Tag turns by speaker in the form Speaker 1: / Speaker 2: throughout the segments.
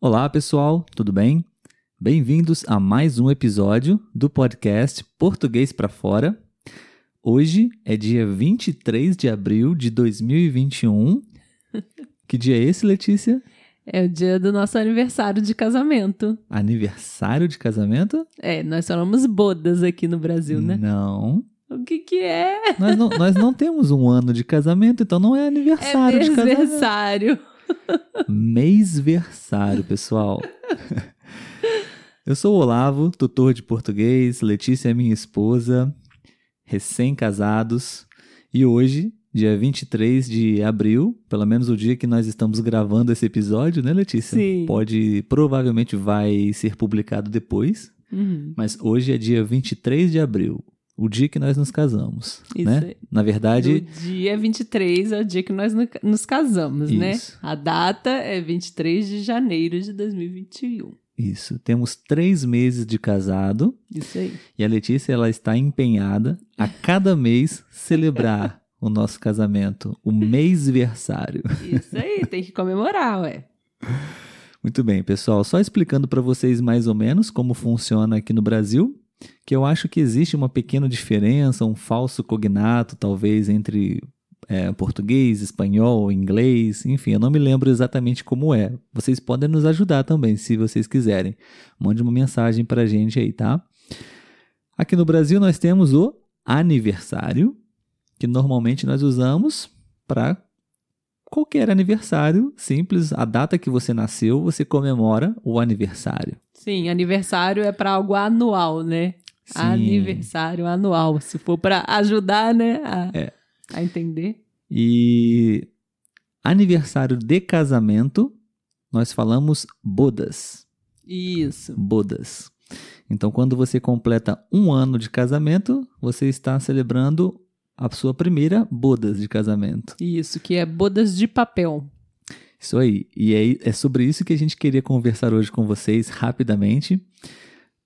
Speaker 1: Olá, pessoal, tudo bem? Bem-vindos a mais um episódio do podcast Português para Fora. Hoje é dia 23 de abril de 2021. que dia é esse, Letícia?
Speaker 2: É o dia do nosso aniversário de casamento.
Speaker 1: Aniversário de casamento?
Speaker 2: É, nós falamos bodas aqui no Brasil, né?
Speaker 1: Não.
Speaker 2: O que que é?
Speaker 1: Nós não, nós não temos um ano de casamento, então não é
Speaker 2: É
Speaker 1: aniversário de casamento.
Speaker 2: aniversário.
Speaker 1: Mêsversário, pessoal. Eu sou o Olavo, tutor de português, Letícia é minha esposa, recém-casados, e hoje, dia 23 de abril, pelo menos o dia que nós estamos gravando esse episódio, né, Letícia?
Speaker 2: Sim.
Speaker 1: Pode, provavelmente vai ser publicado depois,
Speaker 2: Uhum,
Speaker 1: mas hoje é dia 23 de abril, o dia que nós nos casamos,
Speaker 2: Isso
Speaker 1: né?
Speaker 2: aí.
Speaker 1: Na
Speaker 2: O
Speaker 1: verdade,
Speaker 2: dia 23 é o dia que nós no- nos casamos, né?
Speaker 1: Isso.
Speaker 2: A data é 23 de janeiro de 2021.
Speaker 1: isso, temos três meses de casado,
Speaker 2: Isso aí.
Speaker 1: E a Letícia ela está empenhada a cada mês celebrar o nosso casamento, o mêsversário.
Speaker 2: Isso aí, tem que comemorar, ué.
Speaker 1: Muito bem, pessoal, só explicando para vocês mais ou menos como funciona aqui no Brasil, que eu acho que existe uma pequena diferença, um falso cognato, talvez, entre é, português, espanhol, inglês, enfim, eu não me lembro exatamente como é. Vocês podem nos ajudar também, se vocês quiserem. Mande uma mensagem pra gente aí, tá? Aqui no Brasil nós temos o aniversário, que normalmente nós usamos para qualquer aniversário simples, a data que você nasceu, você comemora o aniversário.
Speaker 2: Sim, aniversário é pra algo anual, né?
Speaker 1: Sim.
Speaker 2: Aniversário anual. Se for pra ajudar, né? A,
Speaker 1: É.
Speaker 2: a entender.
Speaker 1: E aniversário de casamento, nós falamos bodas.
Speaker 2: Isso.
Speaker 1: Bodas. Então, quando você completa um ano de casamento, você está celebrando a sua primeira bodas de casamento.
Speaker 2: Isso, que é bodas de papel.
Speaker 1: Isso aí. E é, é sobre isso que a gente queria conversar hoje com vocês rapidamente.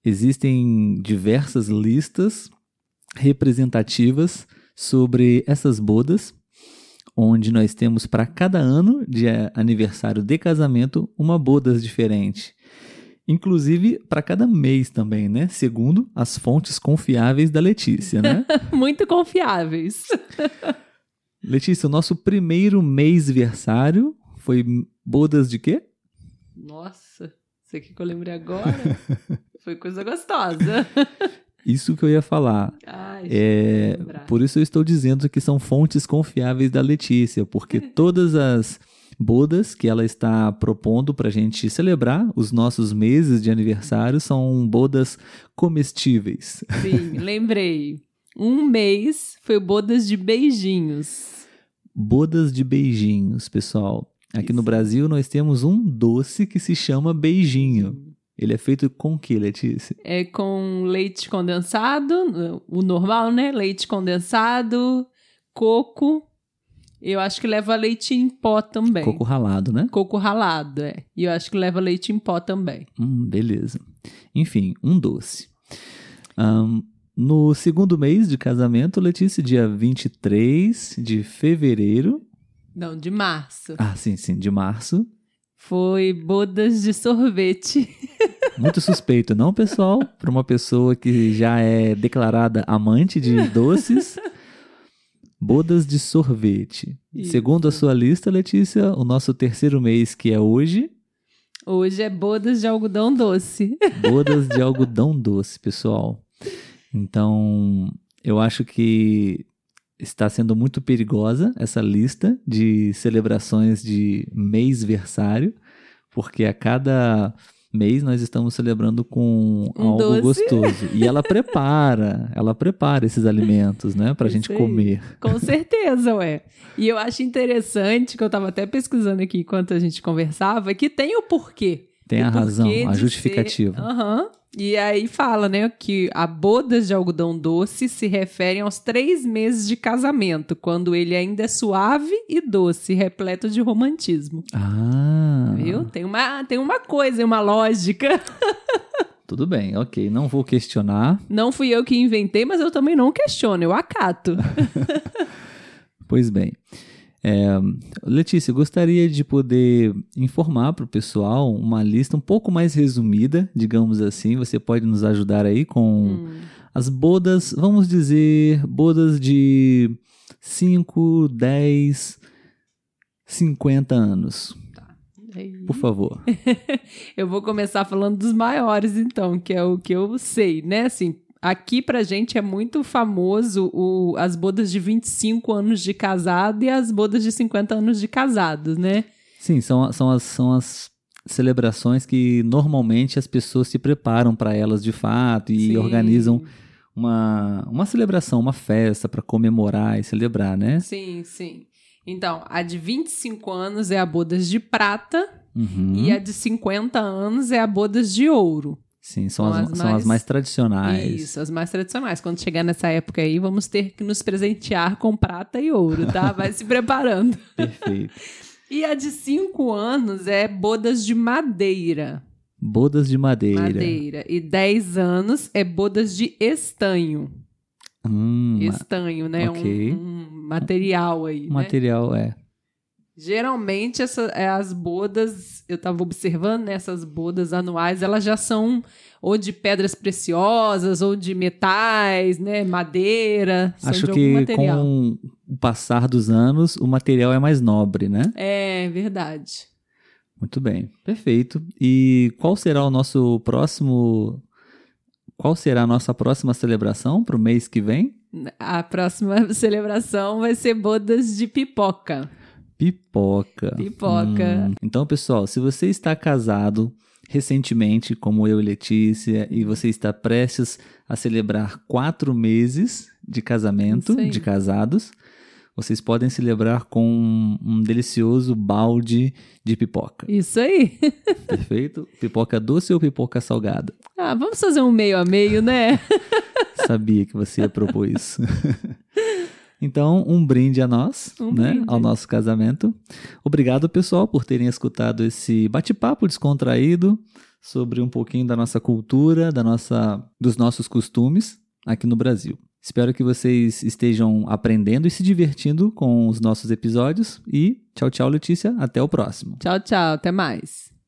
Speaker 1: Existem diversas listas representativas sobre essas bodas, onde nós temos para cada ano de eh, aniversário de casamento uma bodas diferente. Inclusive para cada mês também, né? Segundo as fontes confiáveis da Letícia, né?
Speaker 2: Muito confiáveis.
Speaker 1: Letícia, o nosso primeiro mêsversário foi bodas de quê?
Speaker 2: Nossa, isso aqui que eu lembrei agora foi coisa gostosa.
Speaker 1: Isso que eu ia falar.
Speaker 2: Ai,
Speaker 1: É,
Speaker 2: deixa eu lembrar.
Speaker 1: por isso eu estou dizendo que são fontes confiáveis da Letícia, porque todas as bodas que ela está propondo para a gente celebrar os nossos meses de aniversário são bodas comestíveis.
Speaker 2: Sim, lembrei. Um mês foi bodas de beijinhos.
Speaker 1: Bodas de beijinhos, pessoal. Aqui no
Speaker 2: Isso.
Speaker 1: Brasil nós temos um doce que se chama beijinho. Ele é feito com que, Letícia?
Speaker 2: É com leite condensado, o normal, né? Leite condensado, coco. Eu acho que leva leite em pó também.
Speaker 1: Coco ralado, né?
Speaker 2: Coco ralado, é. E eu acho que leva leite em pó também.
Speaker 1: Hum, beleza. Enfim, um doce. Ahn, no segundo mês de casamento, Letícia, dia 23 de fevereiro.
Speaker 2: Não, de março.
Speaker 1: Ah, sim, sim, de março.
Speaker 2: Foi bodas de sorvete.
Speaker 1: Muito suspeito, não, pessoal? Para uma pessoa que já é declarada amante de doces. Bodas de sorvete.
Speaker 2: Isso.
Speaker 1: Segundo a sua lista, Letícia, o nosso terceiro mês, que é hoje,
Speaker 2: Hoje é bodas de algodão doce.
Speaker 1: Bodas de algodão doce, pessoal. Então, eu acho que está sendo muito perigosa essa lista de celebrações de mêsversário, porque a cada mês nós estamos celebrando com
Speaker 2: Um
Speaker 1: algo
Speaker 2: doce.
Speaker 1: gostoso. E ela prepara, ela prepara esses alimentos, né, pra
Speaker 2: Isso
Speaker 1: gente
Speaker 2: aí.
Speaker 1: comer.
Speaker 2: Com certeza, ué. E eu acho interessante, que eu tava até pesquisando aqui enquanto a gente conversava, que tem o porquê.
Speaker 1: Tem
Speaker 2: O
Speaker 1: a
Speaker 2: porquê
Speaker 1: razão,
Speaker 2: de
Speaker 1: a
Speaker 2: ser-
Speaker 1: justificativa.
Speaker 2: Aham. E aí fala, né, que a bodas de algodão doce se referem aos três meses de casamento, quando ele ainda é suave e doce, repleto de romantismo.
Speaker 1: Ah.
Speaker 2: Viu? Tem uma, tem uma coisa, uma lógica.
Speaker 1: Tudo bem, OK, não vou questionar.
Speaker 2: Não fui eu que inventei, mas eu também não questiono, eu acato.
Speaker 1: Pois bem. É, Letícia, eu gostaria de poder informar para o pessoal uma lista um pouco mais resumida, digamos assim. Você pode nos ajudar aí com
Speaker 2: Hum.
Speaker 1: as bodas, vamos dizer, bodas de 5, 10, 50 anos.
Speaker 2: Aí.
Speaker 1: Por favor.
Speaker 2: Eu vou começar falando dos maiores, então, que é o que eu sei, né? Assim, aqui pra gente é muito famoso o, as bodas de 25 anos de casado e as bodas de 50 anos de casados, né?
Speaker 1: Sim, são, a- são, as, são as celebrações que normalmente as pessoas se preparam para elas de fato e
Speaker 2: Sim.
Speaker 1: organizam uma, uma celebração, uma festa para comemorar e celebrar, né?
Speaker 2: Sim, sim. Então, a de 25 anos é a bodas de prata
Speaker 1: Uhum.
Speaker 2: e a de 50 anos é a bodas de ouro.
Speaker 1: Sim, são,
Speaker 2: são
Speaker 1: as,
Speaker 2: as
Speaker 1: são as
Speaker 2: mais-
Speaker 1: mais tradicionais.
Speaker 2: Isso, as mais tradicionais. Quando chegar nessa época aí, vamos ter que nos presentear com prata e ouro, tá? Vai se preparando.
Speaker 1: Perfeito.
Speaker 2: E a de 5 anos é bodas de madeira.
Speaker 1: Bodas de madeira.
Speaker 2: Madeira. E 10 anos é bodas de estanho.
Speaker 1: Hum,
Speaker 2: Estanho, né? Um-
Speaker 1: ok.
Speaker 2: Um, material aí,
Speaker 1: o
Speaker 2: né?
Speaker 1: material é.
Speaker 2: Geralmente essa, é, as bodas, eu estava observando nessas bodas anuais, elas já são ou de pedras preciosas ou de metais, né, madeira, são
Speaker 1: Acho
Speaker 2: de algum
Speaker 1: que
Speaker 2: material.
Speaker 1: com o passar dos anos, o material é mais nobre, né?
Speaker 2: É verdade.
Speaker 1: Muito bem. Perfeito. E qual será o nosso próximo. Qual será a nossa próxima celebração para o mês que vem?
Speaker 2: A próxima celebração vai ser bodas de pipoca.
Speaker 1: Pipoca.
Speaker 2: Pipoca.
Speaker 1: Tá. Hum, Então, pessoal, se você está casado recentemente, como eu e Letícia, e você está prestes a celebrar quatro meses de casamento,
Speaker 2: Isso aí.
Speaker 1: de casados, vocês podem celebrar com um delicioso balde de pipoca.
Speaker 2: Isso aí.
Speaker 1: Perfeito? Pipoca doce ou pipoca salgada?
Speaker 2: Ah, vamos fazer um meio a meio, né?
Speaker 1: Sabia que você ia propor isso. Então, um brinde a nós,
Speaker 2: Um
Speaker 1: né?
Speaker 2: brinde.
Speaker 1: Ao nosso casamento. Obrigado, pessoal, por terem escutado esse bate-papo descontraído sobre um pouquinho da nossa cultura, da nossa, dos nossos costumes aqui no Brasil. Espero que vocês estejam aprendendo e se divertindo com os nossos episódios. E tchau, tchau, Letícia. Até o próximo.
Speaker 2: Tchau, tchau. Até mais.